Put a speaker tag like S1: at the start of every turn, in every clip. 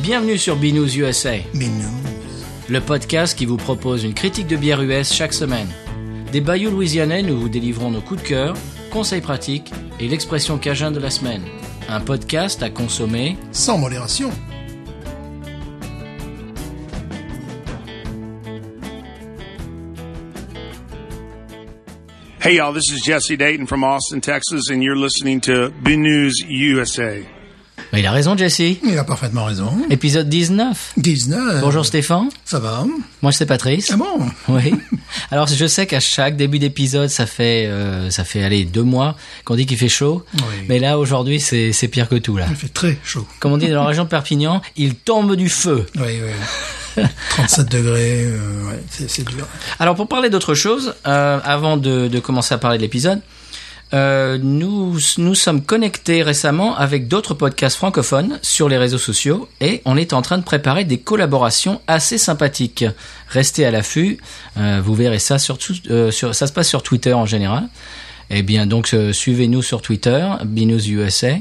S1: Bienvenue sur Binous USA,
S2: Mais non.
S1: le podcast qui vous propose une critique de bière US chaque semaine. Des bayous louisianais, nous vous délivrons nos coups de cœur, conseils pratiques et l'expression cajun de la semaine. Un podcast à consommer.
S2: Sans modération.
S3: Hey, y'all, this is Jesse Dayton from Austin, Texas, and you're listening to B News USA.
S1: Mais Bah, il a raison, Jesse.
S2: Il a parfaitement raison.
S1: Épisode 19.
S2: 19.
S1: Bonjour Stéphane,
S2: Ça va hein
S1: moi c'est Patrice.
S2: Ah bon
S1: Oui. Alors je sais qu'à chaque début d'épisode, ça fait euh, ça fait allez deux mois qu'on dit qu'il fait chaud.
S2: Oui.
S1: Mais là aujourd'hui, c'est c'est pire que tout là.
S2: Il fait très chaud.
S1: Comme on dit dans la région de Perpignan, il tombe du feu.
S2: Oui, oui. 37 degrés, euh, ouais, c'est, c'est dur.
S1: Alors pour parler d'autre chose, euh, avant de, de commencer à parler de l'épisode, euh, nous nous sommes connectés récemment avec d'autres podcasts francophones sur les réseaux sociaux et on est en train de préparer des collaborations assez sympathiques. Restez à l'affût, euh, vous verrez ça sur, tout- euh, sur ça se passe sur Twitter en général. Et bien donc euh, suivez-nous sur Twitter, binoususa,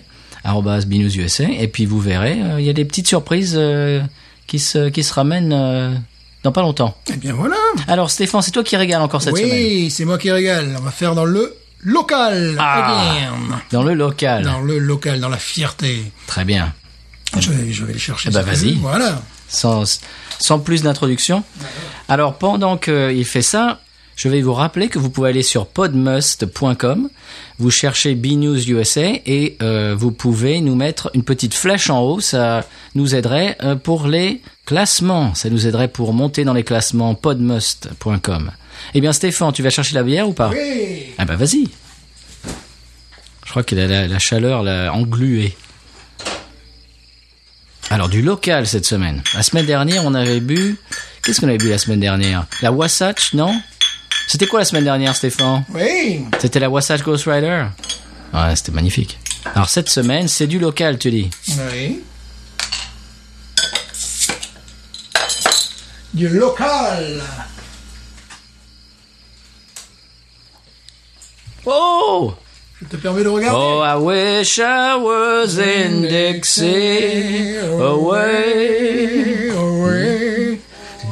S1: arrobas binoususa, et puis vous verrez, euh, il y a des petites surprises euh, qui se qui se ramènent euh, dans pas longtemps.
S2: Eh bien voilà.
S1: Alors Stéphane, c'est toi qui régale encore cette
S2: oui,
S1: semaine.
S2: c'est moi qui régale. On va faire dans le local.
S1: Ah.
S2: Again.
S1: Dans le local.
S2: Dans le local, dans la fierté.
S1: Très bien.
S2: Je vais, je vais le chercher.
S1: Eh ben,
S2: ça va
S1: vas-y.
S2: vite. Voilà.
S1: Sans, sans plus d'introduction. Alors pendant qu'il fait ça, je vais vous rappeler que vous pouvez aller sur podmust.com, vous cherchez BNews USA et euh, vous pouvez nous mettre une petite flèche en haut. Ça nous aiderait euh, pour les classements. Ça nous aiderait pour monter dans les classements podmust.com. Eh bien Stéphane, tu vas chercher la bière ou pas
S2: Oui.
S1: Ah bah vas-y. Je crois que la, la- la chaleur l'a englué. Alors du local cette semaine. La semaine dernière, on avait bu. Qu'est-ce qu'on avait bu la semaine dernière La Wasatch, non C'était quoi la semaine dernière, Stéphane
S2: Oui.
S1: C'était la Wasatch Ghost Rider. Ouais, c'était magnifique. Alors cette semaine, c'est du local, tu dis.
S2: Oui. Du local.
S1: Oh
S2: Je te permets de regarder.
S1: Oh, I wish I was in Dixie, Oh, away.
S2: Away.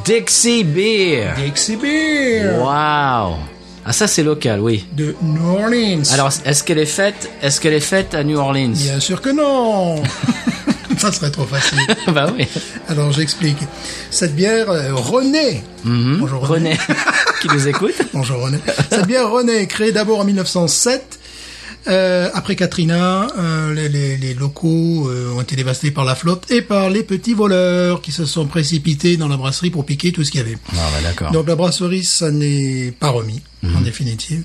S1: Dixie Beer.
S2: Dixie Beer.
S1: Wow. Ah ça c'est local, oui.
S2: de New Orleans.
S1: Alors est-ce qu'elle est faite Est-ce qu'elle est faite à New Orleans
S2: bien sûr que non. Ça serait trop facile.
S1: Bah oui.
S2: Alors j'explique. Cette bière euh, René. Bonjour
S1: Mhm. René qui nous écoute.
S2: Bonjour René. Cette bière René est créée d'abord en 1907. Euh, après Katrina, euh, les, les- les locaux euh, ont été dévastés par la flotte et par les petits voleurs qui se sont précipités dans la brasserie pour piquer tout ce qu'il y avait.
S1: Ah bah d'accord.
S2: Donc la brasserie, ça n'est pas remis,
S1: Mhm.
S2: en définitive.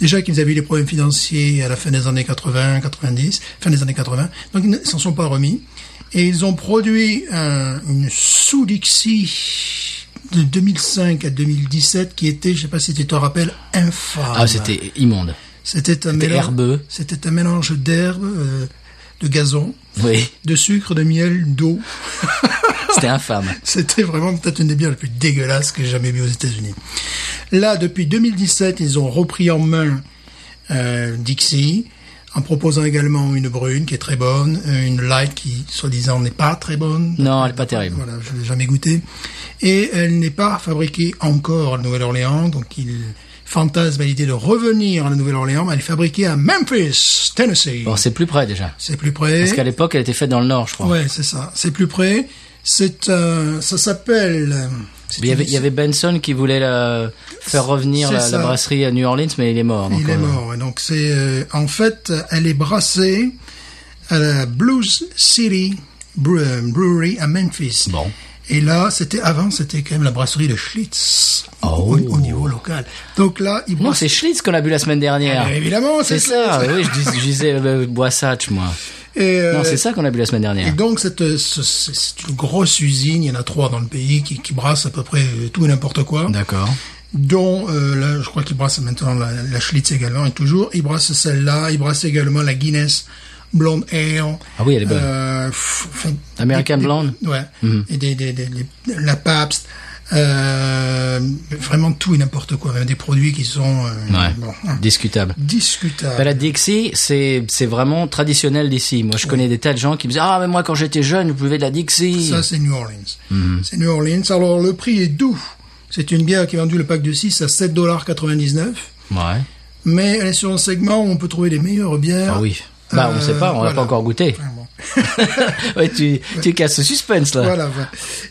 S2: Déjà qu'ils avaient eu des problèmes financiers à la fin des années 80, 90, fin des années 80, donc ils ne s'en sont pas remis. Et ils ont produit un- une sous-dixie de 2005 à 2017 qui était, je sais pas si tu te rappelles, infâme.
S1: Ah c'était immonde.
S2: C'était un mélange.
S1: herbeux.
S2: C'était un mélange d'herbes, euh, de gazon,
S1: Oui,
S2: de sucre, de miel, d'eau.
S1: c'était infâme.
S2: C'était vraiment peut-être une des bières les plus dégueulasses que j'ai jamais vues aux États-Unis. Là, depuis 2017, ils ont repris en main euh, Dixie en proposant également une brune qui est très bonne, euh, une light qui, soi-disant, n'est pas très bonne.
S1: Non, elle est pas terrible.
S2: Voilà, je l'ai jamais goûté. Et elle n'est pas fabriquée encore à la Nouvelle-Orléans, donc ils fantasment à l'idée de revenir à la Nouvelle-Orléans, mais elle est fabriquée à Memphis, Tennessee.
S1: Bon, c'est plus près déjà.
S2: C'est plus près.
S1: Parce qu'à l'époque, elle était faite dans le nord, je crois.
S2: Ouais, c'est ça. C'est plus près. C'est euh, ça s'appelle. euh, c'est
S1: Il y, avait,
S2: une-
S1: il y avait Benson qui voulait la- faire revenir
S2: C'est
S1: la, la
S2: ça.
S1: brasserie à New Orleans, mais il est mort. donc,
S2: Il est
S1: euh,
S2: mort. ouais. Donc c'est euh, en fait, elle est brassée à la Blues City Bre- euh, Brewery à Memphis.
S1: Bon.
S2: Et là, c'était avant, c'était quand même la brasserie de Schlitz
S1: Oh.
S2: au, au niveau local. Donc là, ils
S1: Non,
S2: brassent.
S1: c'est Schlitz qu'on a bu la semaine dernière.
S2: Eh, évidemment,
S1: c'est
S2: c'est
S1: ça. oui, je, dis- je disais euh, Boissatch, moi.
S2: Et, euh,
S1: Non, c'est ça qu'on a bu la semaine
S2: Et
S1: dernière.
S2: donc, cette, euh, ce- ce- c'est une grosse usine, il y en a trois dans le pays, qui, qui brassent à peu près euh, tout et n'importe quoi.
S1: D'accord.
S2: dont euh, là, je crois qu'il brasse maintenant la, la Schlitz également et toujours. Il brasse celle-là, il brasse également la Guinness Blonde Ale.
S1: Ah oui, elle est bonne.
S2: Euh, pff, enfin,
S1: American
S2: des- des-
S1: Blonde. Mhm.
S2: Ouais. Et des, des, des- des- la Pabst. Euh, vraiment tout et n'importe quoi, même des produits qui sont euh,
S1: Ouais.
S2: bon, hein,
S1: Discutable.
S2: discutables.
S1: Bah, la Dixie, c'est c'est vraiment traditionnel d'ici. Moi, je connais des tas de gens qui me disent Ah, mais moi, quand j'étais jeune, je buvais de la Dixie.
S2: Ça, c'est New Orleans.
S1: Mhm.
S2: C'est New Orleans. Alors, le prix est doux. C'est une bière qui est vendue le pack de 6 à 7,99$.
S1: ouais.
S2: Mais elle est sur un segment où on peut trouver les meilleures bières.
S1: Ah oui. Bah, on
S2: Euh,
S1: sait pas, on l'a
S2: voilà.
S1: pas encore goûté.
S2: Enfin, Ah, bon.
S1: ouais, tu, tu casses le suspense, là.
S2: Voilà, voilà.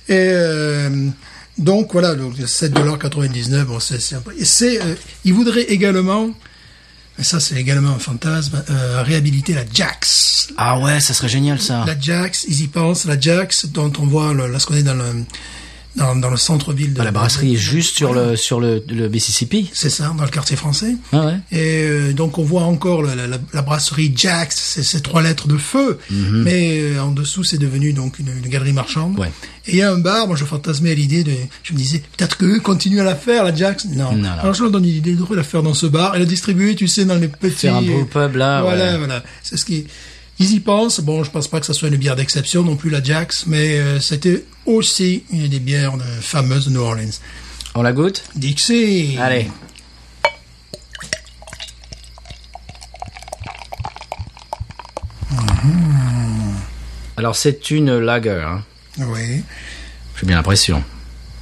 S2: Et euh, donc voilà, donc 7,99$, bon, c'est c'est un peu- et c'est, euh, il voudrait également, et ça c'est également un fantasme, euh, réhabiliter la Jax.
S1: Ah ouais, ça serait génial, ça.
S2: La Jax, ils y pensent, la Jax dont on voit le- la ce qu'on est dans le dans, dans le centre-ville de
S1: Bah, la brasserie est juste sur le sur le, le Mississippi.
S2: C'est ça, dans le quartier français.
S1: Ah ouais.
S2: Et euh, donc on voit encore la, la- la- la brasserie Jax, c'est ces trois lettres de feu, mais euh, en dessous c'est devenu donc une, une galerie marchande.
S1: Mhm. Ouais.
S2: Et il y a un bar, moi je fantasmais à l'idée de, je me disais peut-être que eux continuent à la faire la Jax. Non.
S1: Non, non.
S2: Alors je leur donne l'idée de la faire dans ce bar et la distribuer, tu sais, dans les petits.
S1: Faire un beau pub, là,
S2: Voilà,
S1: ouais.
S2: voilà. C'est ce qui. Ils y pensent. Bon, je pense pas que ça soit une bière d'exception non plus la Jax, mais euh, c'était aussi une des bières de- fameuses de New Orleans.
S1: On la goûte
S2: Dixie.
S1: Allez.
S2: Mhm.
S1: Alors c'est une lager, hein.
S2: Oui.
S1: j'ai bien l'impression.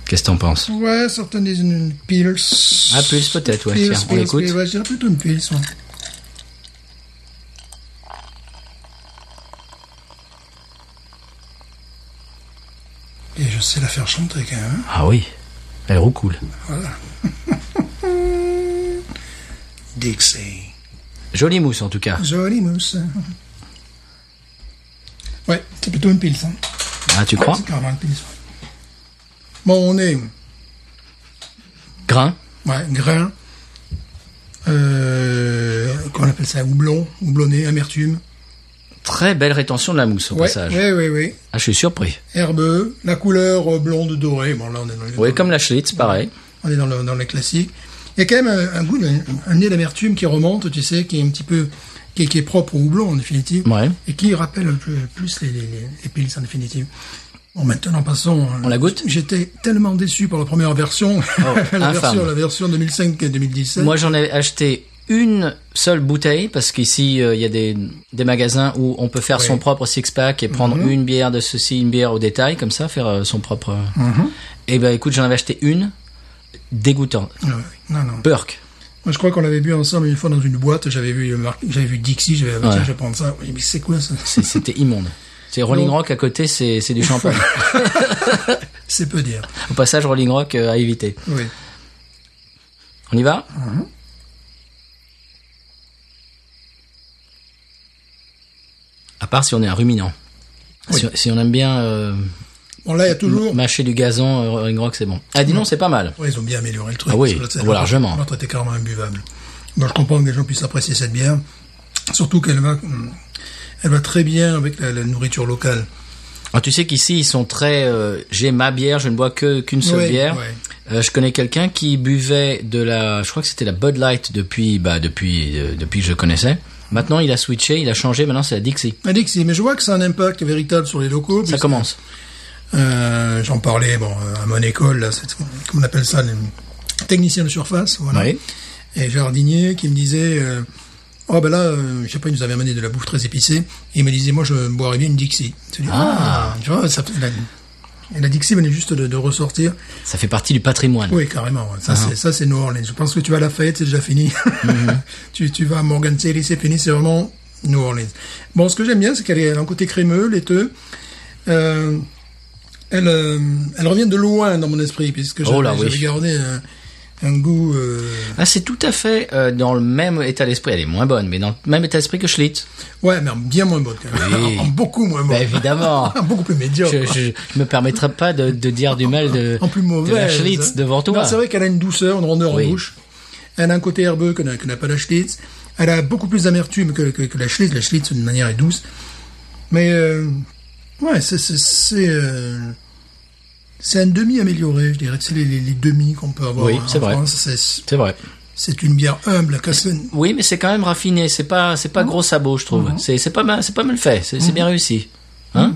S1: Qu'est-ce que t'en penses
S2: Ouais, certaines disent une pils.
S1: Ah, pils peut-être, ouais,
S2: Pils,
S1: tiens, on
S2: pils,
S1: écoute.
S2: pils, ouais, je dirais plutôt une pils. ouais. Et je sais la faire chanter quand même. hein.
S1: Ah oui, elle roucoule.
S2: Dixie.
S1: Jolie mousse en tout cas.
S2: Jolie mousse. Ouais, c'est plutôt une pils. Hein.
S1: Ah tu crois
S2: C'est carrément une pils. ouais. Bon, on est.
S1: Grain
S2: Ouais, grain. Euh, qu'on appelle ça houblon, houblonné, amertume.
S1: Très belle rétention de la mousse au
S2: Ouais,
S1: passage.
S2: ouais, ouais, ouais.
S1: Ah je suis surpris.
S2: herbeux, la couleur euh, blonde dorée. Bon, là, on est dans, le-
S1: Oui, comme la Schlitz, pareil.
S2: on est dans, le, dans les classiques. Il y a quand même un, un goût, de- un nez d'amertume qui remonte, tu sais, qui est un petit peu, qui, est- qui est propre au houblon, en définitive.
S1: Ouais.
S2: Et qui rappelle un peu plus les, les, les- les pils, en définitive. Bon, maintenant, passons.
S1: On la goûte Oh,
S2: J'étais tellement déçu par la première version. la,
S1: infâme.
S2: version la version 2005-2017.
S1: Moi, j'en ai acheté une seule bouteille parce qu'ici, euh, il y a des, des magasins où on peut faire son propre six-pack et prendre une bière de ceci, une bière au détail, comme ça, faire euh, son propre. Et ben, écoute, j'en avais acheté une. Dégoûtant.
S2: Ah Non, non.
S1: Burk.
S2: Moi, je crois qu'on l'avait bu ensemble une fois dans une boîte. J'avais vu, marqué- j'avais vu Dixie, j'avais,
S1: Ouais.
S2: tiens, je vais prendre ça. Oui, mais c'est quoi ça?
S1: C'est- C'était immonde. C'est Rolling Rock à côté, c'est c'est du champagne.
S2: C'est peu dire.
S1: Au passage, Rolling Rock euh, à éviter.
S2: Oui.
S1: On y va
S2: Mhm.
S1: À part si on est un ruminant. Si, si on aime bien euh,
S2: Bon, là, il y a toujours.
S1: mâcher du gazon, euh, Rolling Rock, c'est bon. Ah, dis non, c'est pas mal.
S2: Ouais, ils ont bien amélioré le truc.
S1: Ah oui,
S2: Parce que
S1: ah oui, largement.
S2: L'autre était carrément imbuvable. Donc je comprends que les gens puissent apprécier cette bière. Surtout qu'elle va, hmm, elle va très bien avec la, la nourriture locale.
S1: Alors, Ah, tu sais qu'ici, ils sont très... euh, J'ai ma bière, je ne bois que qu'une seule
S2: Ouais,
S1: bière.
S2: ouais.
S1: Euh, je connais quelqu'un qui buvait de la... Je crois que c'était la Bud Light depuis, bah, depuis, euh, depuis que je connaissais. Maintenant, il a switché, il a changé. Maintenant, c'est la Dixie.
S2: Mais Dixie, mais je vois que ça a un impact véritable sur les locaux.
S1: Ça
S2: puisque,
S1: commence.
S2: euh, J'en parlais, bon, euh, à mon école, là, c'est- comment on appelle ça, les techniciens de surface, voilà.
S1: Oui.
S2: Et jardinier qui me disait, euh, oh ben là, euh, je sais pas, il nous avait amené de la bouffe très épicée. Et il me disait, moi, je boirais bien une Dixie. Je dis, ah, tu vois, ça, la, la Dixie venait juste de, de ressortir.
S1: Ça fait partie du patrimoine.
S2: Oui, carrément. ouais.
S1: Ah.
S2: Ça, c'est, ça, c'est New Orleans. Je pense que tu vas à la fête, c'est déjà fini.
S1: Mhm.
S2: tu, tu vas à Morgan Stanley, c'est fini. C'est vraiment New Orleans. Bon, ce que j'aime bien, c'est qu'elle est- elle a un côté crémeux, laiteux. Euh, elle, euh, elle revient de loin dans mon esprit, puisque j'avais,
S1: Oh là, oui.
S2: j'avais gardé un, un goût... euh,
S1: Ah, c'est tout à fait euh, dans le même état d'esprit. Elle est moins bonne, mais dans le même état d'esprit que Schlitz.
S2: Ouais, mais bien moins bonne quand même.
S1: Oui.
S2: En beaucoup moins bonne.
S1: Bah, évidemment.
S2: beaucoup plus médiocre.
S1: Je, je, je me permettrai pas de, de dire du mal de,
S2: en plus
S1: de
S2: mauvais.
S1: la Schlitz devant toi.
S2: c'est vrai qu'elle a une douceur, une rondeur
S1: Oui.
S2: en bouche. Elle a un côté herbeux que n'a que n'a pas la Schlitz. Elle a beaucoup plus d'amertume que, que, que la Schlitz. La Schlitz, d'une manière, est douce. Mais, euh, ouais, c'est... C'est c'est, euh, c'est un demi amélioré, je dirais. C'est les, les, les demi qu'on peut avoir
S1: Oui,
S2: en
S1: c'est vrai.
S2: France. C'est-
S1: C'est vrai.
S2: C'est une bière humble. casse-
S1: Oui, mais c'est quand même raffiné. C'est pas, c'est pas gros sabot, je
S2: Mhm.
S1: trouve. C'est, c'est pas mal, c'est pas mal fait. C'est, c'est bien réussi. Hein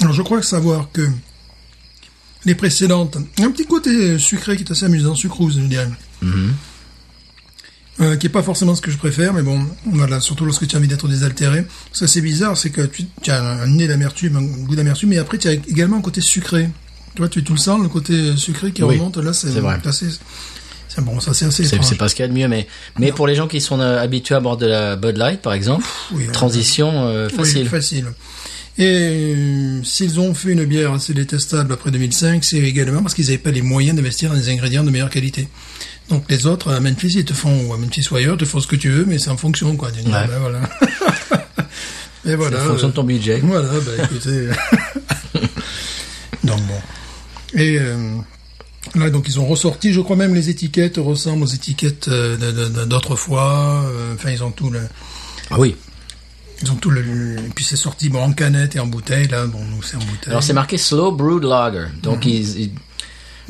S2: Alors, je crois savoir que les précédentes. Un petit côté sucré qui est assez amusant, sucrose, je dirais.
S1: Mhm.
S2: Euh, qui est pas forcément ce que je préfère, mais bon, voilà, surtout lorsque tu as envie d'être désaltéré. Ça c'est bizarre, c'est que tu, tu as un nez d'amertume, un goût d'amertume, mais après tu as également un côté sucré. Tu vois, tu tout le sens, le côté sucré qui
S1: Oui,
S2: remonte, là c'est
S1: c'est vrai.
S2: assez... C'est bon, ça c'est assez
S1: C'est
S2: étrange.
S1: c'est pas ce qu'il y a de mieux, mais, mais pour les gens qui sont euh, habitués à boire de la Bud Light, par exemple,
S2: oui, ouais.
S1: transition euh, facile.
S2: Oui, facile. Et euh, s'ils ont fait une bière assez détestable après 2005, c'est également parce qu'ils n'avaient pas les moyens d'investir dans des ingrédients de meilleure qualité. Donc les autres, à Memphis, ils te font, ou à Memphis ou ailleurs, ils te font ce que tu veux, mais c'est en fonction, quoi. Tu dis,
S1: Ouais.
S2: ah, ben, voilà. Et voilà.
S1: en fonction de ton budget.
S2: Voilà, bah écoutez. donc bon. Et euh, là, donc ils ont ressorti, je crois même les étiquettes ressemblent aux étiquettes euh, de- de- de- d'autrefois. Euh, Enfin, ils ont tout le.
S1: Ah oui.
S2: Ils ont tout le, le- et puis c'est sorti bon en canette et en bouteille là bon nous c'est en bouteille.
S1: Alors c'est marqué Slow Brewed Lager. Donc ils, ils
S2: Mhm.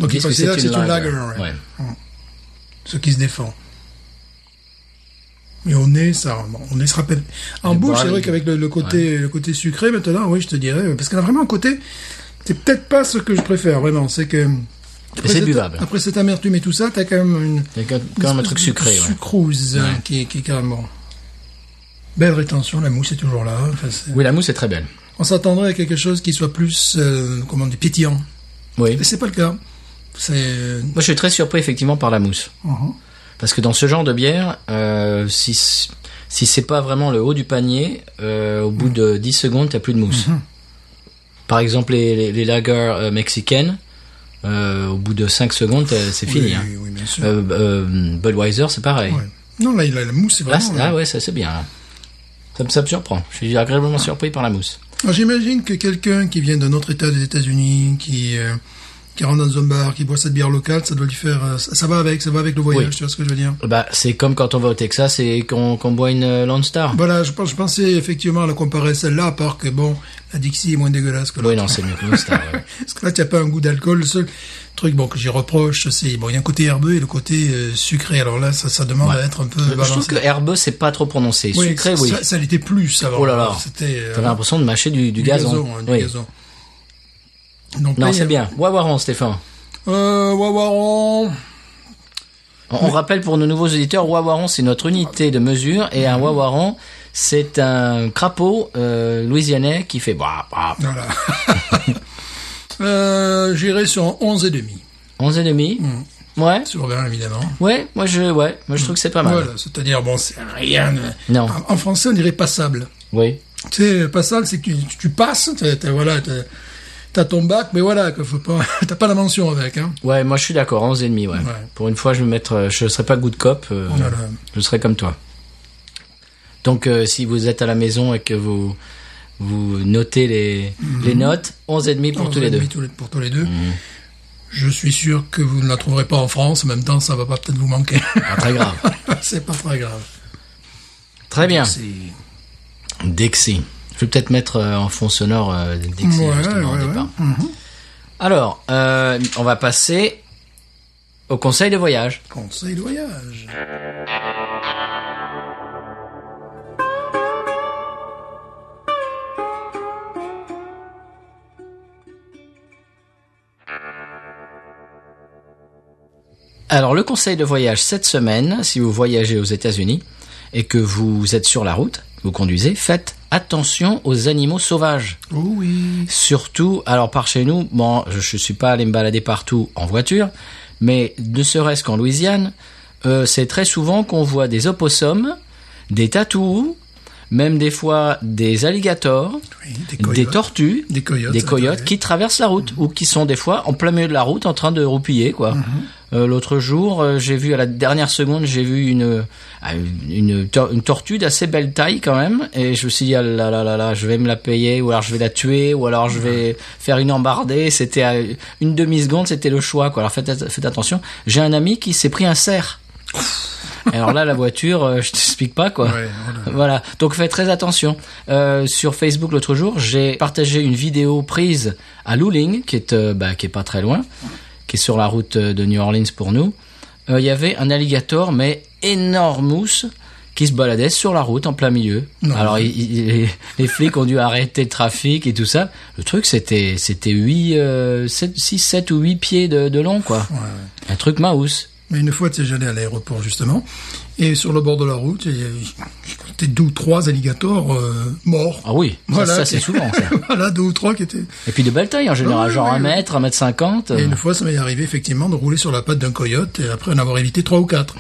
S2: donc ils
S1: disent que
S2: considèrent que c'est une lager, ouais.
S1: Ouais.
S2: ce qui se défend. Mais au nez ça bon, on se rappelle. En
S1: Les
S2: bouche c'est
S1: barley.
S2: vrai qu'avec le, le côté le côté sucré maintenant oui je te dirais parce qu'elle a vraiment un côté c'est peut-être pas ce que je préfère vraiment c'est que après
S1: c'est
S2: cette-
S1: buvable.
S2: Après cette amertume et tout ça t'as quand même une
S1: Il y a quand quand même un truc sucré. ouais.
S2: sucrose hein,
S1: Ouais.
S2: qui est- qui est carrément belle rétention la mousse est toujours là enfin, c'est-
S1: Oui, la mousse est très belle.
S2: on s'attendrait à quelque chose qui soit plus euh, comment dire pétillant.
S1: Oui.
S2: Et c'est pas le cas. C'est
S1: Moi, je suis très surpris effectivement par la mousse.
S2: Mhm.
S1: Parce que dans ce genre de bière, euh, si, si c'est pas vraiment le haut du panier, euh, au bout de 10 secondes, t'as plus de mousse. Par exemple, les, les, les lagers euh, mexicaines, euh, au bout de 5 secondes, t'as- c'est fini.
S2: Oui,
S1: hein.
S2: oui, oui, bien sûr.
S1: Euh, euh, Budweiser, c'est pareil.
S2: Ouais. Non, là, il a la mousse, c'est
S1: Là,
S2: vraiment.
S1: c'est- ah ouais, ça c'est bien. hein. Ça, me- ça me surprend. Je suis agréablement surpris par la mousse.
S2: Alors, J'imagine que quelqu'un qui vient d'un autre État des États-Unis, qui euh, qui rentre dans un bar, qui boit cette bière locale, ça doit lui faire. euh, ça, ça va avec, ça va avec le voyage.
S1: Oui.
S2: Tu vois ce que je veux dire
S1: Bah, c'est comme quand on va au Texas et qu'on qu'on boit une euh, Lone Star.
S2: Voilà, je, pense- je pensais effectivement à la comparer à celle-là, à part que bon, la Dixie est moins dégueulasse que l'autre.
S1: Oui, non, c'est mieux que Lone Star. ouais.
S2: Parce que là, tu n'as pas un goût d'alcool. Le seul truc bon, que j'y reproche, c'est bon, il y a un côté herbeux et le côté euh, sucré. Alors là, ça, ça demande à être un peu
S1: Bah, Je trouve
S2: balancé.
S1: que herbeux, c'est pas trop prononcé.
S2: Oui,
S1: Sucré,
S2: ça-
S1: oui.
S2: Ça, ça l'était plus avant.
S1: Oh là là.
S2: C'était euh,
S1: T'avais l'impression de mâcher du, du
S2: du
S1: gazon.
S2: hein, du
S1: Oui.
S2: gazon. Donc,
S1: Non,
S2: là, il y
S1: c'est
S2: a-
S1: bien. Wawaron, Stéphane.
S2: Euh, Wawaron.
S1: On, on rappelle pour nos nouveaux auditeurs, Wawaron, c'est notre unité de mesure. Et
S2: Mhm.
S1: un Wawaron, c'est un crapaud euh, louisianais qui fait... Bah, bah,
S2: Voilà. euh, J'irai sur 11 et demi.
S1: 11 et demi.
S2: Mhm.
S1: Ouais.
S2: Sur 20, évidemment.
S1: Ouais, moi je, ouais, moi, je trouve que c'est pas mal.
S2: Voilà. Ah. C'est-à-dire, bon, c'est rien. de-
S1: Non.
S2: En, en français, on dirait passable.
S1: Oui.
S2: Tu sais, passable, c'est que tu, tu passes, t'as, t'as- voilà, t'as, t'as ton bac, mais voilà, que faut pas, t'as pas la mention avec, hein.
S1: Ouais, moi je suis d'accord, 11 et demi, ouais. Pour une fois, je vais me mettre, euh, je serai pas good cop, euh,
S2: Voilà.
S1: je serai comme toi. Donc, euh, si vous êtes à la maison et que vous vous notez les, les notes, 11 et demi pour
S2: Mhm. Onze
S1: tous les
S2: et
S1: deux. Mhm.
S2: demi, pour tous les deux. Je suis sûr que vous ne la trouverez pas en France. En même temps, ça va pas peut-être vous manquer.
S1: Pas Ah, très grave.
S2: c'est pas très grave.
S1: Très bien.
S2: C'est-
S1: Dexy. Je vais peut-être mettre euh, en fond sonore euh, Dexy
S2: Ouais,
S1: justement, au
S2: ouais, Mhm.
S1: départ. Alors, euh, on va passer au conseil de voyage.
S2: Conseil de voyage.
S1: Alors, le conseil de voyage cette semaine, si vous voyagez aux États-Unis et que vous êtes sur la route, vous conduisez, faites attention aux animaux sauvages.
S2: Oh oui.
S1: Surtout, alors par chez nous, bon, je, je suis pas allé me balader partout en voiture, mais ne serait-ce qu'en Louisiane, euh, c'est très souvent qu'on voit des opossums, des tatous, même des fois des alligators,
S2: Oui, des
S1: des
S2: coyotes.
S1: tortues,
S2: Des coyotes,
S1: des
S2: ça
S1: coyotes
S2: t'arrive.
S1: qui traversent la route ou qui sont des fois en plein milieu de la route en train de roupiller quoi.
S2: Mhm.
S1: Euh, L'autre jour, euh, j'ai vu à la dernière seconde, j'ai vu une ah, une, une tor- une tortue d'assez belle taille quand même, et je me suis dit ah là là là là, je vais me la payer ou alors je vais la tuer ou alors je vais faire une embardée. C'était à une demi seconde, c'était le choix quoi. Alors faites at- faites attention. J'ai un ami qui s'est pris un cerf. Alors là, la voiture, euh, je t'explique pas quoi.
S2: Ouais, voilà.
S1: Euh, Voilà, donc faites très attention. Euh, sur Facebook l'autre jour, j'ai partagé une vidéo prise à Luling, qui est, euh, bah, qui est pas très loin, qui est sur la route euh, de New Orleans pour nous. Euh, Il y avait un alligator, mais énorme mousse, qui se baladaient sur la route en plein milieu.
S2: Non.
S1: Alors il- il- les- les flics ont dû arrêter le trafic et tout ça. Le truc c'était c'était euh, 8 6 7 ou 8 pieds de, de long quoi. Un truc mouse.
S2: Mais une fois, tu sais, j'allais à l'aéroport justement, et sur le bord de la route, il y avait- j'ai compté deux ou trois alligators euh, morts.
S1: Ah oui, ça,
S2: Voilà,
S1: ça, c'est
S2: qui-
S1: souvent ça.
S2: voilà, deux ou trois qui étaient.
S1: Et puis de belle taille en général,
S2: Oui,
S1: genre
S2: oui,
S1: 1
S2: oui.
S1: mètre, 1 mètre euh. 50.
S2: Et une fois, ça m'est arrivé effectivement de rouler sur la patte d'un coyote et après en avoir évité trois ou quatre.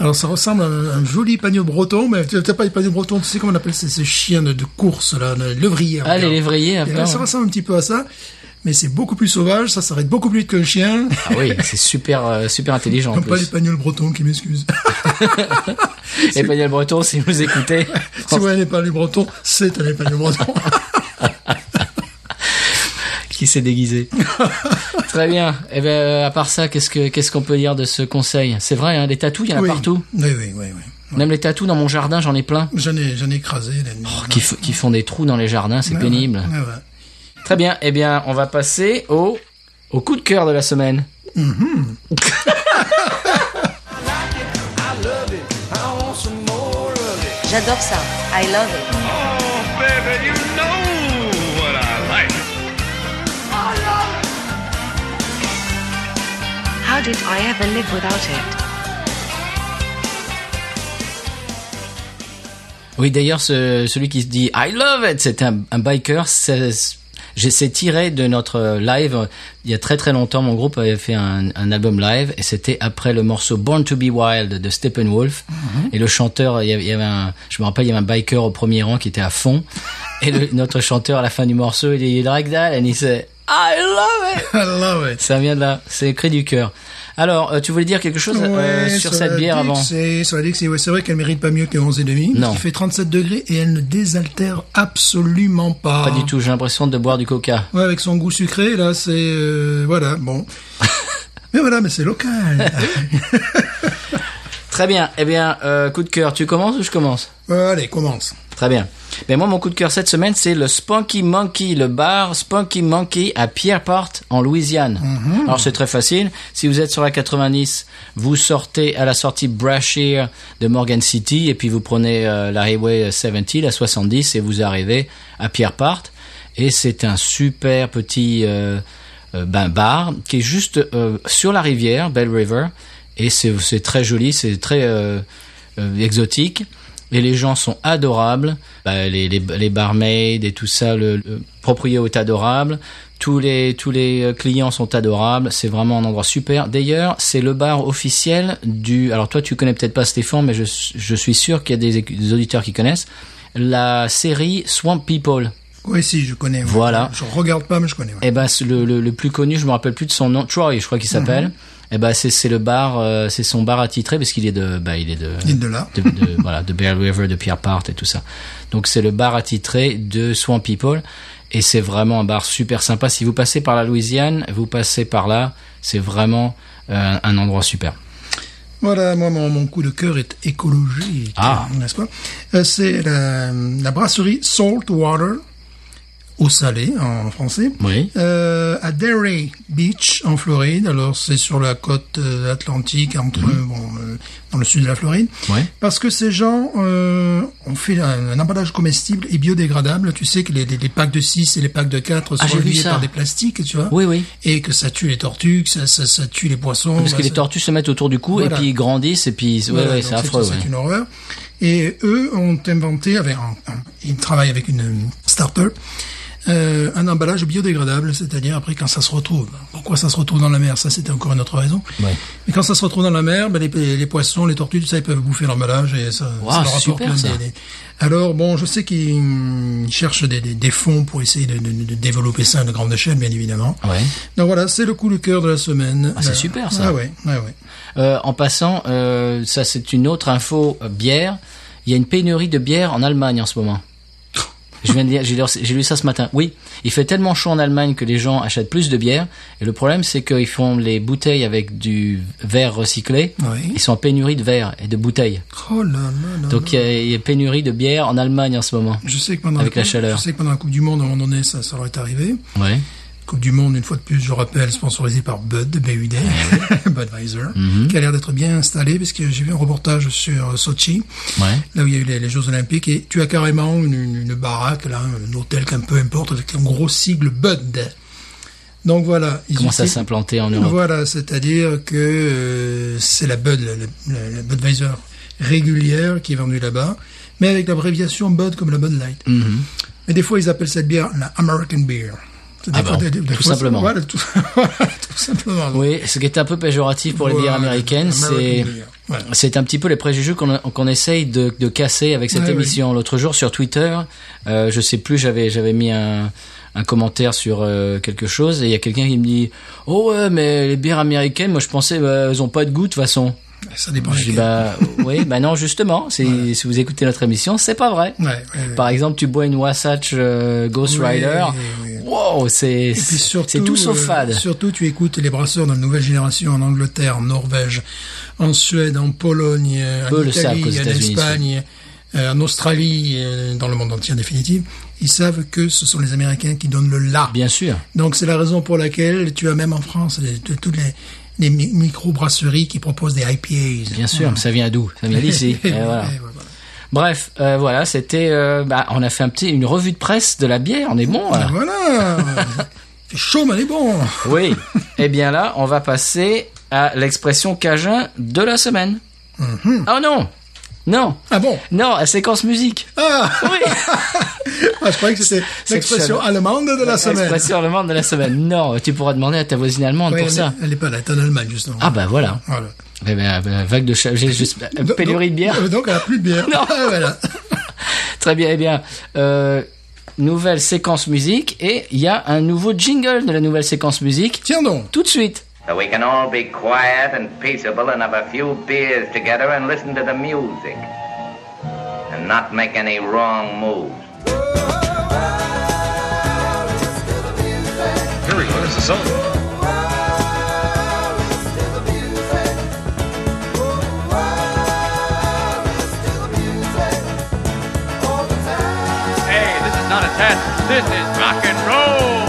S2: Alors ça ressemble à un, un joli panneau breton, mais peut-être pas les panneaux bretons, tu sais comment on appelle ces, ces chiens de, de course là, le levrier.
S1: Ah, les
S2: regarde.
S1: lévriers,
S2: Et
S1: après.
S2: là, ça
S1: on-
S2: ressemble un petit peu à ça, mais c'est beaucoup plus sauvage, ça s'arrête beaucoup plus vite que le chien.
S1: Ah oui, c'est super, euh, super intelligent en
S2: Comme pas les
S1: plus.
S2: panneaux bretons qui m'excusent.
S1: Et Daniel Breton, si vous écoutez.
S2: si vous n'avez pas les bretons, c'est un panneaux breton.
S1: qui s'est déguisé. Très bien. Et ben, à part ça, qu'est-ce que qu'est-ce qu'on peut dire de ce conseil C'est vrai, hein, les tatous, il y en a
S2: oui.
S1: partout.
S2: Oui, oui, oui, oui.
S1: Même les tatous dans mon jardin, j'en ai plein.
S2: J'en ai, j'en ai écrasé. la nuit.
S1: Oh, qui, f- qui font des trous dans les jardins, c'est
S2: Ouais,
S1: pénible.
S2: ouais, ouais.
S1: Très bien. Eh bien, on va passer au au coup de cœur de la semaine.
S4: J'adore ça. I love it.
S5: Oh, baby, you know what I like.
S6: How did I ever live without it?
S1: Oui, d'ailleurs, ce- celui qui se dit I love it, c'est un, un biker. c'est- j'ai- C'est tiré de notre euh, live. euh, Il y a très très longtemps, mon groupe avait fait un, un album live et c'était après le morceau Born to be Wild de Steppenwolf. Et le chanteur, il y avait, il y avait un, je me rappelle, il y avait un biker au premier rang qui était à fond. Et le- notre chanteur, à la fin du morceau, il est like that and il disait I love it.
S2: I love it.
S1: Ça vient de là, c'est le cri du cœur. Alors, euh, tu voulais dire quelque chose euh,
S2: Ouais,
S1: sur cette
S2: la
S1: bière avant
S2: Dixie, Sur la Dixie, ouais, c'est vrai qu'elle mérite pas mieux que 11,5.
S1: Non.
S2: Qui fait 37 degrés et elle ne désaltère absolument pas.
S1: Pas du tout. J'ai l'impression de boire du Coca.
S2: Ouais, avec son goût sucré, là, c'est. euh, voilà, bon. mais voilà, mais c'est local.
S1: Très bien. Eh bien, euh, coup de cœur, tu commences ou je commence
S2: Ouais, Allez, commence.
S1: Très bien. Ben moi, mon coup de cœur cette semaine, c'est le Spunky Monkey, le bar Spunky Monkey à Pierreport, en Louisiane. Alors, c'est très facile. Si vous êtes sur la 90, vous sortez à la sortie Brashear de Morgan City et puis vous prenez euh, la Highway 70, la 70, et vous arrivez à Pierreport. Et c'est un super petit euh, euh, ben, bar qui est juste euh, sur la rivière, Bell River. Et c'est c'est très joli, c'est très... euh, euh, exotique. Et les gens sont adorables. Bah, les, les, les barmaids et tout ça, le, le proprio est adorable. Tous les, tous les euh, clients sont adorables. C'est vraiment un endroit super. D'ailleurs, c'est le bar officiel du. Alors, toi, tu connais peut-être pas Stéphane, mais je, je suis sûr qu'il y a des, des auditeurs qui connaissent. La série Swamp People.
S2: Oui, si, je connais. ouais.
S1: Voilà.
S2: Je regarde pas, mais je connais. ouais.
S1: Eh ben, c'est le, le, le plus connu, je me rappelle plus de son nom, Troy, je crois qu'il s'appelle.
S2: Mhm.
S1: Eh ben, c'est c'est le bar, euh, c'est son bar attitré parce qu'il est de, bah, il est de,
S2: L'île de là.
S1: de, de- voilà, de Bear River, de Pierre Part et tout ça. Donc c'est le bar attitré de Swamp People et c'est vraiment un bar super sympa. Si vous passez par la Louisiane, vous passez par là, c'est vraiment euh, un endroit super.
S2: Voilà, moi, mon, mon coup de cœur est écologique.
S1: Ah.
S2: N'est-ce pas Euh, C'est la, la brasserie Saltwater, au salé en français,
S1: Oui.
S2: euh, à Derry Beach, en Floride. Alors, c'est sur la côte euh, atlantique, entre, bon, euh, dans le sud de la Floride.
S1: Mhm. Ouais.
S2: Parce que ces gens euh, ont fait un, un emballage comestible et biodégradable. Tu sais que les, les- les packs de 6 et les packs de 4 sont
S1: Ah, j'ai vu
S2: reliés
S1: ça.
S2: par des plastiques, tu vois
S1: Oui, oui.
S2: Et que ça tue les tortues, que ça, ça, ça tue les poissons.
S1: Parce que
S2: bah,
S1: les
S2: ça-
S1: tortues se mettent autour du cou et
S2: Voilà.
S1: puis ils grandissent et puis ouais,
S2: voilà,
S1: ouais,
S2: donc
S1: c'est affreux.
S2: C'est
S1: ouais.
S2: une horreur. Et eux ont inventé, avec un- un- ils travaillent avec une euh, start-up, euh, un emballage biodégradable, c'est-à-dire après quand ça se retrouve. Pourquoi ça se retrouve dans la mer Ça, c'était encore une autre raison.
S1: Ouais.
S2: Mais quand ça se retrouve dans la mer, ben, les, les poissons, les tortues, tout ça, ils peuvent bouffer l'emballage et ça,
S1: Wow,
S2: ça leur
S1: c'est
S2: apporte
S1: super,
S2: plein de-
S1: ça.
S2: des- Alors bon, je sais qu'ils hum, cherchent des, des- des fonds pour essayer de, de- de développer ça à une grande échelle, bien évidemment.
S1: Ouais.
S2: Donc voilà, c'est le coup de cœur de la semaine.
S1: Ah, c'est
S2: Euh,
S1: super, ça.
S2: Ah ouais, ah ouais.
S1: Euh, en passant, euh, ça c'est une autre info euh, bière. Il y a une pénurie de bière en Allemagne en ce moment. Je viens de lire- j'ai lu, j'ai lu ça ce matin. Oui, il fait tellement chaud en Allemagne que les gens achètent plus de bière. Et le problème, c'est qu'ils font les bouteilles avec du verre recyclé.
S2: Oui.
S1: Ils sont en pénurie de verre et de bouteilles.
S2: Oh là là là.
S1: Donc il y, a, il y a pénurie de bière en Allemagne en ce moment.
S2: Je sais que pendant
S1: Avec la
S2: coupe-
S1: chaleur.
S2: Je sais que pendant la Coupe du Monde, à un moment donné, ça, ça leur est arrivé.
S1: Ouais.
S2: Coupe du Monde, une fois de plus, je rappelle, sponsorisée par Bud, BUD,
S1: Ah
S2: Budweiser,
S1: Mhm.
S2: qui a l'air d'être bien installé, parce que j'ai vu un reportage sur euh, Sochi,
S1: Ouais.
S2: là où il y a eu les, les Jeux Olympiques, et tu as carrément une, une- une baraque, là, un hôtel, qu'un peu importe, avec un gros sigle Bud. Donc voilà. Ils
S1: Comment ça
S2: utilisent-
S1: s'implanter en Europe
S2: voilà, c'est-à-dire que euh, c'est la Bud, la, la- la Budweiser régulière qui est vendue là-bas, mais avec l'abréviation Bud comme la Bud Light.
S1: Mhm.
S2: Mais des fois, ils appellent cette bière la American Beer. Des
S1: Ah
S2: fois,
S1: bon,
S2: des- des- des
S1: tout
S2: fois,
S1: simplement.
S2: Voilà, tout, voilà, tout simplement.
S1: Oui, ce qui est un peu péjoratif pour les bières
S2: Voilà,
S1: américaines, c'est
S2: American beer. Voilà.
S1: c'est un petit peu les préjugés qu'on a- qu'on essaye de, de casser avec cette
S2: Ouais,
S1: émission. L'autre jour sur Twitter, euh, je sais plus, j'avais j'avais mis un, un commentaire sur euh, quelque chose et il y a quelqu'un qui me dit "Oh ouais, mais les bières américaines, moi je pensais bah, elles ont pas de goût de toute façon."
S2: Ça dépend.
S1: Je dis
S2: lesquels.
S1: bah oui, bah non justement, c'est- si vous écoutez notre émission, c'est pas vrai.
S2: Ouais, ouais, ouais.
S1: Par exemple, tu bois une Wasatch euh, Ghost
S2: Oui,
S1: Rider.
S2: oui, oui.
S1: Wow, c'est
S2: Et puis
S1: c'est-
S2: surtout,
S1: c'est tout sauf
S2: euh,
S1: fade.
S2: surtout, tu écoutes les brasseurs dans la nouvelle génération en Angleterre, en Norvège, en Suède, en Pologne, euh,
S1: Peu
S2: en
S1: le savent qu'aux
S2: Italie, en
S1: États-Unis,
S2: Espagne, euh, en Australie, euh, dans le monde entier en définitive. Ils savent que ce sont les Américains qui donnent le là.
S1: Bien sûr.
S2: Donc c'est la raison pour laquelle tu as même en France les- t- toutes les, les mi- micro-brasseries qui proposent des IPAs.
S1: Bien sûr, ça vient d'où Ça vient d'ici. Et voilà.
S2: Et voilà.
S1: Bref, euh, voilà, c'était. euh, bah, on a fait un petit, une revue de presse de la bière, on est bon.
S2: Ah,
S1: là.
S2: voilà.
S1: Ah.
S2: fait chaud, mais elle est bon.
S1: Oui. Eh bien là, on va passer à l'expression cajun de la semaine. Oh non Non
S2: Ah bon
S1: Non, à séquence musique
S2: Ah,
S1: Oui
S2: Ah, je croyais que c'était
S1: C'est
S2: l'expression
S1: que ça-
S2: allemande de la semaine.
S1: L'expression allemande de la semaine. Non, tu pourras demander à ta voisine allemande
S2: Ouais,
S1: pour
S2: elle,
S1: ça.
S2: est- Elle est pas là, elle est en Allemagne justement.
S1: Ah bah voilà.
S2: Voilà.
S1: Eh ben, euh, vague de cha- j'ai juste- euh,
S2: Donc-
S1: pénurie de bière.
S2: donc- Donc elle a plus de bière.
S1: Non.
S2: Ah, voilà.
S1: Très bien, eh bien, euh, nouvelle séquence musique et il y a un nouveau jingle de la nouvelle séquence musique
S2: Tiens donc.
S1: tout de suite.
S7: So we can all be quiet and peaceable and have a few beers together and listen to the music. And not make any wrong moves.
S5: Here we go. There's the song. Hey, this is not a test. This is rock and roll.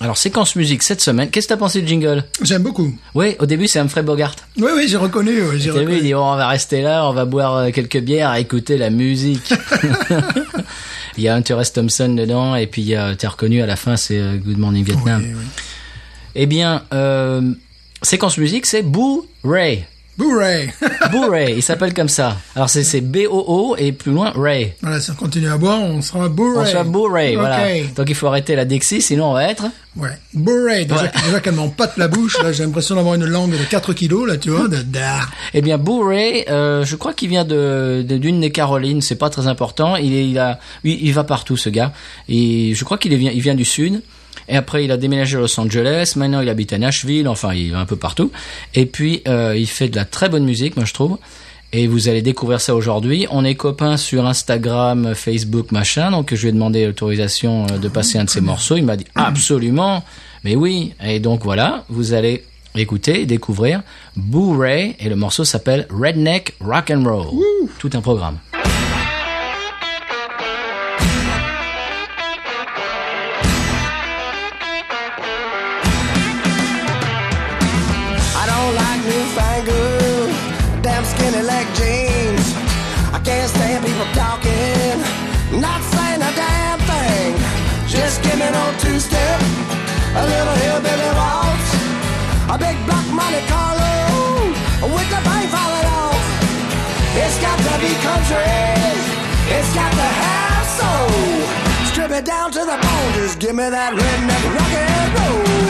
S1: Alors, séquence musique cette semaine, qu'est-ce que t'as pensé du jingle
S2: J'aime beaucoup.
S1: Oui, au début, c'est Humphrey Bogart.
S2: Oui, oui, j'ai reconnu. euh, J'ai
S1: Au début, il
S2: reconnu.
S1: dit, oh, on va rester là, on va boire euh, quelques bières, écouter la musique. il y a Hunter S. Thompson dedans et puis il y a, t'as reconnu à la fin, c'est euh, Good Morning Vietnam.
S2: Oui, oui.
S1: Eh bien, euh, séquence musique, c'est Boo Ray.
S2: Blu-ray.
S1: Boo Ray, il s'appelle comme ça. Alors, c'est c'est B-O-O et plus loin, Ray.
S2: voilà, si on continue à boire, on sera Blu-ray.
S1: On soit Blu-ray,
S2: Ok.
S1: voilà. Donc il faut arrêter la Dixie, sinon on va être.
S2: Ouais. Blu-ray. Déjà,
S1: Ouais.
S2: déjà qu'elle m'empâte la bouche, là, j'ai l'impression d'avoir une langue de 4 kilos, là, tu vois. De, d'art.
S1: Eh bien, Blu-ray, euh, je crois qu'il vient de de- d'une des Carolines, c'est pas très important. Il est, il a, il, il va partout ce gars. Et je crois qu'il est vient, il vient du sud. Et après, il a déménagé à Los Angeles. Maintenant, il habite à Nashville. Enfin, il est un peu partout. Et puis, euh, il fait de la très bonne musique, moi je trouve. Et vous allez découvrir ça aujourd'hui. On est copains sur Instagram, Facebook, machin. Donc, je lui ai demandé l'autorisation euh, de passer un de ses morceaux. Il m'a dit absolument. Mais oui. Et donc, voilà. Vous allez écouter et découvrir Boo Ray. Et le morceau s'appelle Redneck Rock and Roll. Tout un programme.
S8: I don't like newfangled, damn skinny leg jeans. I can't stand people talking, not saying a damn thing. Just give me no two step, a little hillbilly waltz, a big block Monte Carlo with the bank falling off. It's got to be country, it's got to have soul. Strip it down to the bone, just give me that redneck rock and roll.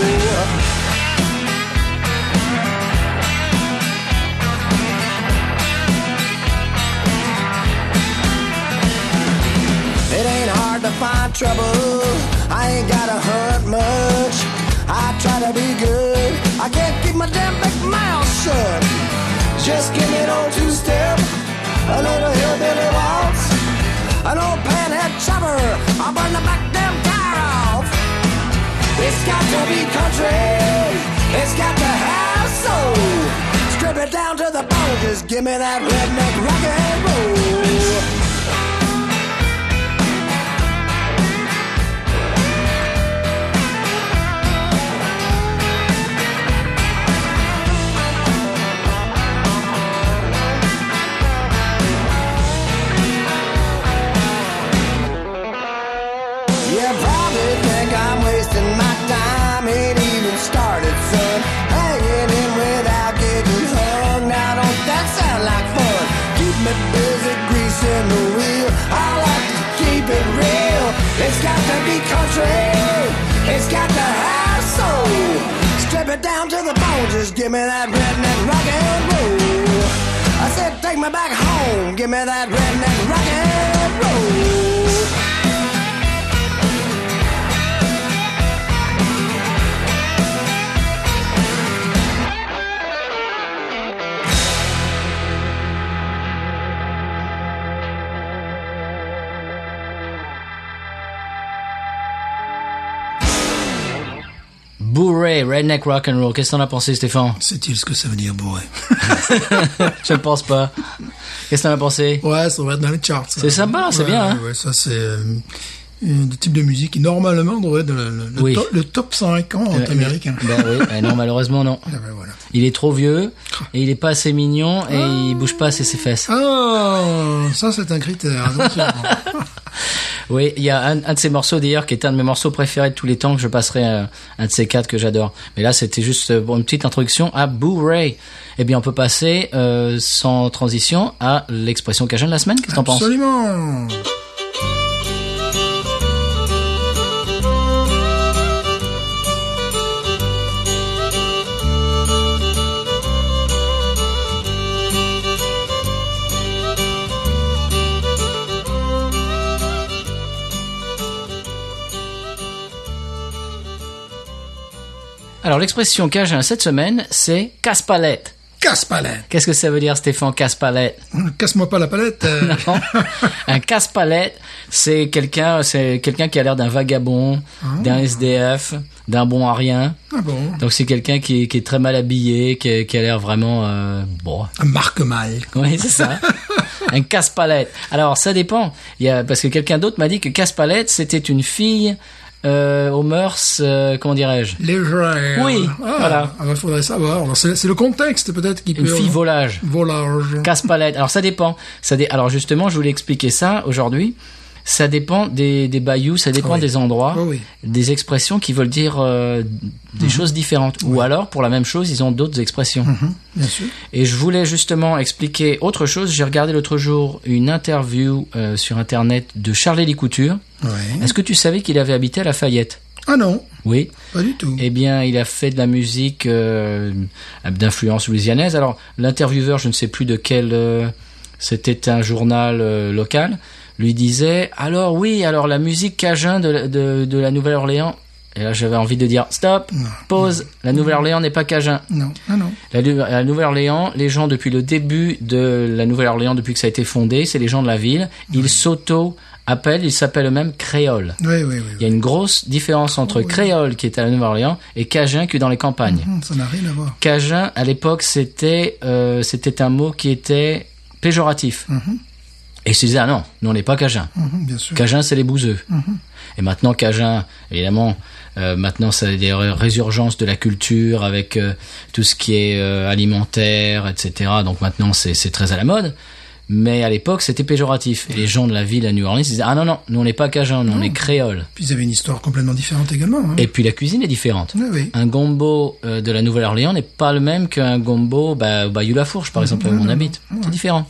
S8: It ain't hard to find trouble. I ain't gotta hurt much. I try to be good. I can't keep my damn big mouth shut. Just give me an old two step, a little hillbilly waltz, an old panhead chopper. I'll burn the back damn tire off. It's got to be country. It's got to have soul. Strip it down to the bone. Just give me that redneck rock and roll. country, it's got to have soul. Strip it down to the bone, just give me that redneck rock and roll. I said, take me back home, give me that redneck rock and roll.
S1: Bourré, Redneck Rock'n'Roll. Qu'est-ce que t'en as pensé, Stéphane
S2: Sait-il ce que ça veut dire bourré
S1: Je ne pense pas. Qu'est-ce que t'en as pensé
S2: Ouais, ça va être dans les charts.
S1: C'est sympa, c'est
S2: Ouais,
S1: bien, hein.
S2: Ouais, ça c'est euh, le type de musique qui normalement devrait être dans le, le- le
S1: Oui.
S2: top, le top 150
S1: Euh,
S2: américain.
S1: Ben oui, ben non, malheureusement, non.
S2: Ah, ben, voilà.
S1: Il est trop vieux, et il est pas assez mignon, et il bouge pas assez ses fesses.
S2: Ah, ça c'est un critère. attention.
S1: Oui, il y a un, un de ces morceaux d'ailleurs qui est un de mes morceaux préférés de tous les temps que je passerai euh, un de ces quatre que j'adore. Mais là, c'était juste euh, pour une petite introduction à Blu-ray. Eh bien, on peut passer euh, sans transition à l'expression cajun de la semaine. Qu'est-ce que t'en penses
S2: Absolument.
S1: Alors, l'expression cajun cette semaine, c'est casse-palette.
S2: Casse palette.
S1: Qu'est-ce que ça veut dire, Stéphane, casse-palette
S2: Casse-moi pas la palette. euh.
S1: Non. un casse-palette, c'est quelqu'un, c'est quelqu'un qui a l'air d'un vagabond, d'un SDF, d'un bon à rien.
S2: ah bon.
S1: Donc c'est quelqu'un qui, est- qui est très mal habillé, qui, a- qui a l'air vraiment euh, bon.
S2: Un marque mal.
S1: Oui, c'est ça. un casse-palette. Alors ça dépend. Il y a, parce que quelqu'un d'autre m'a dit que casse-palette c'était une fille euh, aux mœurs, euh, comment dirais-je,
S2: Légère.
S1: Oui,
S2: Ah,
S1: voilà.
S2: ah ben, faudrait savoir. Alors, C'est c'est le contexte peut-être qui
S1: une
S2: peut.
S1: fille volage.
S2: Volage.
S1: Casse-palette. Alors ça dépend. Ça dé- Alors justement, je voulais expliquer ça aujourd'hui. Ça dépend des, des bayous, ça dépend
S2: Ah oui.
S1: des endroits,
S2: Ah oui. Mhm.
S1: des expressions qui veulent dire euh, des choses différentes. Ou alors, pour la même chose, ils ont d'autres expressions.
S2: Bien sûr.
S1: Et je voulais justement expliquer autre chose. J'ai regardé l'autre jour une interview euh, sur Internet de Charlie Lécouture.
S2: Ouais.
S1: Est-ce que tu savais qu'il avait habité à Lafayette
S2: Ah non,
S1: Oui.
S2: pas du tout.
S1: Eh bien, il a fait de la musique euh, d'influence louisianaise. Alors, l'intervieweur, je ne sais plus de quel, euh, c'était un journal euh, local, lui disait Alors, oui, alors la musique cajun de, la- de, de la Nouvelle-Orléans. Et là, j'avais envie de dire Stop, pause, la Nouvelle-Orléans n'est pas cajun.
S2: Non, ah non.
S1: La, Nu- la Nouvelle-Orléans, les gens depuis le début de la Nouvelle-Orléans, depuis que ça a été fondé, c'est les gens de la ville. Ils s'auto-appellent, ils s'appellent eux-mêmes créoles.
S2: Oui, oui, oui.
S1: Il y a une grosse différence entre créole qui est à la Nouvelle-Orléans et cajun qui est dans les campagnes.
S2: Hum, Ça n'a rien à voir.
S1: Cajun, à l'époque, c'était euh, c'était un mot qui était péjoratif. Et ils se disaient, ah non, nous on n'est pas cajun.
S2: Hum, bien sûr.
S1: Cajun, c'est les bouseux. Et maintenant, Cajun, évidemment, euh, maintenant, ça a des ré- résurgences de la culture avec euh, tout ce qui est euh, alimentaire, etc. Donc maintenant, c'est c'est très à la mode. Mais à l'époque, c'était péjoratif. Et les gens de la ville à New Orleans ils disaient Ah non, non, nous on n'est pas Cajun, nous on est créole.
S2: Puis ils avaient une histoire complètement différente également. hein.
S1: Et puis la cuisine est différente.
S2: Oui, oui.
S1: Un gombo euh, de la Nouvelle-Orléans n'est pas le même qu'un gombo bah, au Bayou La Fourche, par exemple, où on habite. C'est différent.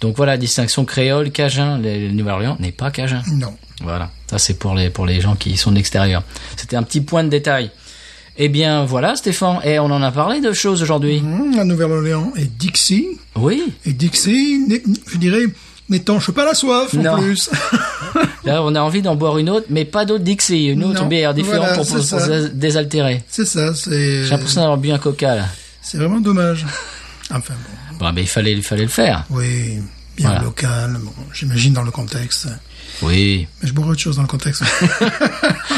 S1: Donc voilà, distinction créole, Cajun. Le, le Nouvelle-Orléans n'est pas Cajun.
S2: Non.
S1: Voilà, ça c'est pour les, pour les gens qui sont de l'extérieur. C'était un petit point de détail. Eh bien voilà Stéphane, et on en a parlé de choses aujourd'hui.
S2: Hum, la Nouvelle-Orléans et Dixie.
S1: Oui,
S2: Et Dixie, n'est- je dirais, n'étanche pas la soif en
S1: Non.
S2: plus.
S1: là on a envie d'en boire une autre, mais pas d'autre Dixie, une autre
S2: Non,
S1: bière différente
S2: voilà,
S1: pour,
S2: c'est
S1: pour
S2: ça.
S1: se désaltérer.
S2: c'est ça, c'est.
S1: J'ai l'impression d'avoir bu un coca là.
S2: C'est vraiment dommage. Enfin bon.
S1: Bon, mais il fallait, il fallait le faire.
S2: Oui, bien
S1: Voilà.
S2: local. Bon, j'imagine dans le contexte.
S1: Oui. Ah,
S2: Mais je boirais autre chose dans le contexte.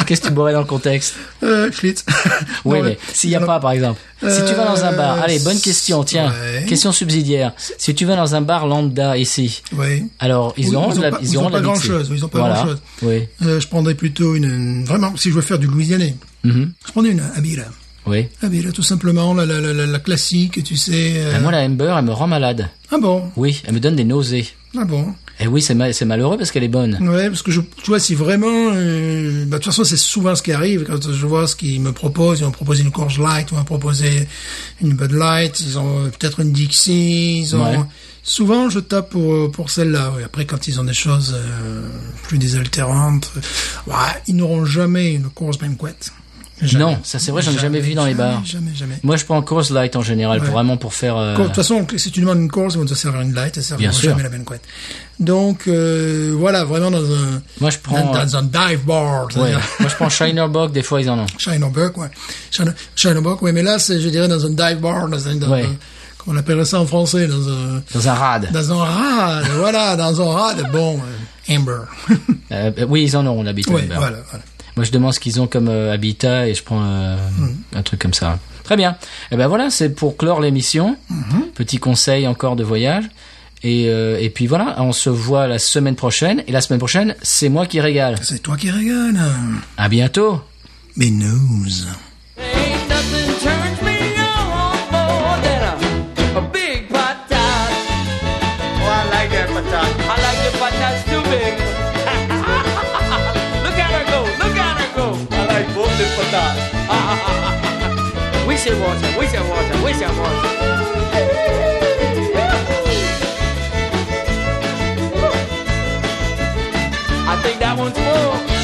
S1: Qu'est-ce que tu boirais dans le contexte
S2: euh, Schlitz.
S1: Oui,
S2: Non,
S1: mais s'il n'y a
S2: non.
S1: pas, bah. par exemple. Si tu vas dans un bar,
S2: Euh,
S1: allez, bonne question, tiens,
S2: ouais.
S1: question subsidiaire. Si tu vas dans un bar lambda ici,
S2: Oui.
S1: alors ils
S2: Oui,
S1: auront
S2: ils
S1: de
S2: ont
S1: la,
S2: pas-
S1: ils
S2: ils
S1: auront
S2: ont
S1: de la
S2: pas
S1: mixée.
S2: grand-chose, ils ont pas
S1: Voilà.
S2: grand-chose.
S1: Oui,
S2: Euh, je prendrais plutôt une, une- Vraiment, si je veux faire du Louisianais,
S1: Mm-hmm.
S2: je prendrais une Abira.
S1: oui.
S2: Abira, tout simplement, la, la, la, la, la classique, tu sais. euh,
S1: Ben, moi, la Amber, elle me rend malade.
S2: Ah bon
S1: Oui, elle me donne des nausées.
S2: Ah bon
S1: Et oui, c'est ma- c'est malheureux parce qu'elle est bonne.
S2: Ouais, parce que je, tu vois, si vraiment, euh, bah, de toute façon, c'est souvent ce qui arrive quand je vois ce qu'ils me proposent. Ils ont proposé une Coors Light, ils ont proposé une Bud Light, ils ont euh, peut-être une Dixie, ils ont,
S1: Ouais.
S2: Souvent, je tape pour, euh, pour celle-là. oui. Après, quand ils ont des choses euh, plus désaltérantes, euh, ouais, ils n'auront jamais une course banquette. Jamais.
S1: Non, ça, c'est vrai, j'en ai jamais vu dans les bars.
S2: Jamais, jamais.
S1: Moi, je prends course light en général, pour
S2: Ouais.
S1: vraiment pour faire. euh,
S2: Quand- De toute façon, si tu demandes une course, ils vont te servir une light, ils ne
S1: Bien
S2: serviront
S1: sûr.
S2: jamais la banquette. Donc, euh, voilà, vraiment dans un,
S1: Moi, je prends,
S2: dans, dans un dive bar.
S1: ouais.
S2: c'est-à-dire-
S1: Moi, je prends Shiner Bog, des fois, ils en ont.
S2: Shinerbach, ouais. Shine- Shinerbach, ouais, mais là, c'est, je dirais, dans un dive bar, dans un, dans
S1: Ouais.
S2: un- comment on appellerait ça en français, dans un,
S1: Dans un rad.
S2: dans un rad, voilà, dans un rad, bon, euh, Amber.
S1: Euh, euh, oui, ils en ont l'habitat.
S2: ouais,
S1: du bar.
S2: voilà, voilà.
S1: Moi, je demande ce qu'ils ont comme euh, habitat et je prends euh, un truc comme ça. Très bien. Et ben voilà, c'est pour clore l'émission. Petit conseil encore de voyage. Et, euh, et puis voilà, on se voit la semaine prochaine. Et la semaine prochaine, c'est moi qui régale.
S2: C'est toi qui régale. hein.
S1: À bientôt.
S2: Mais news.
S9: Ain't nothing turns me on more than a, a big patat. Oh, I like that patat. I like the patats too big. look at her go, look at her go. I like both the patats. we should watch her, we should watch her, we should watch her. I think that one's full.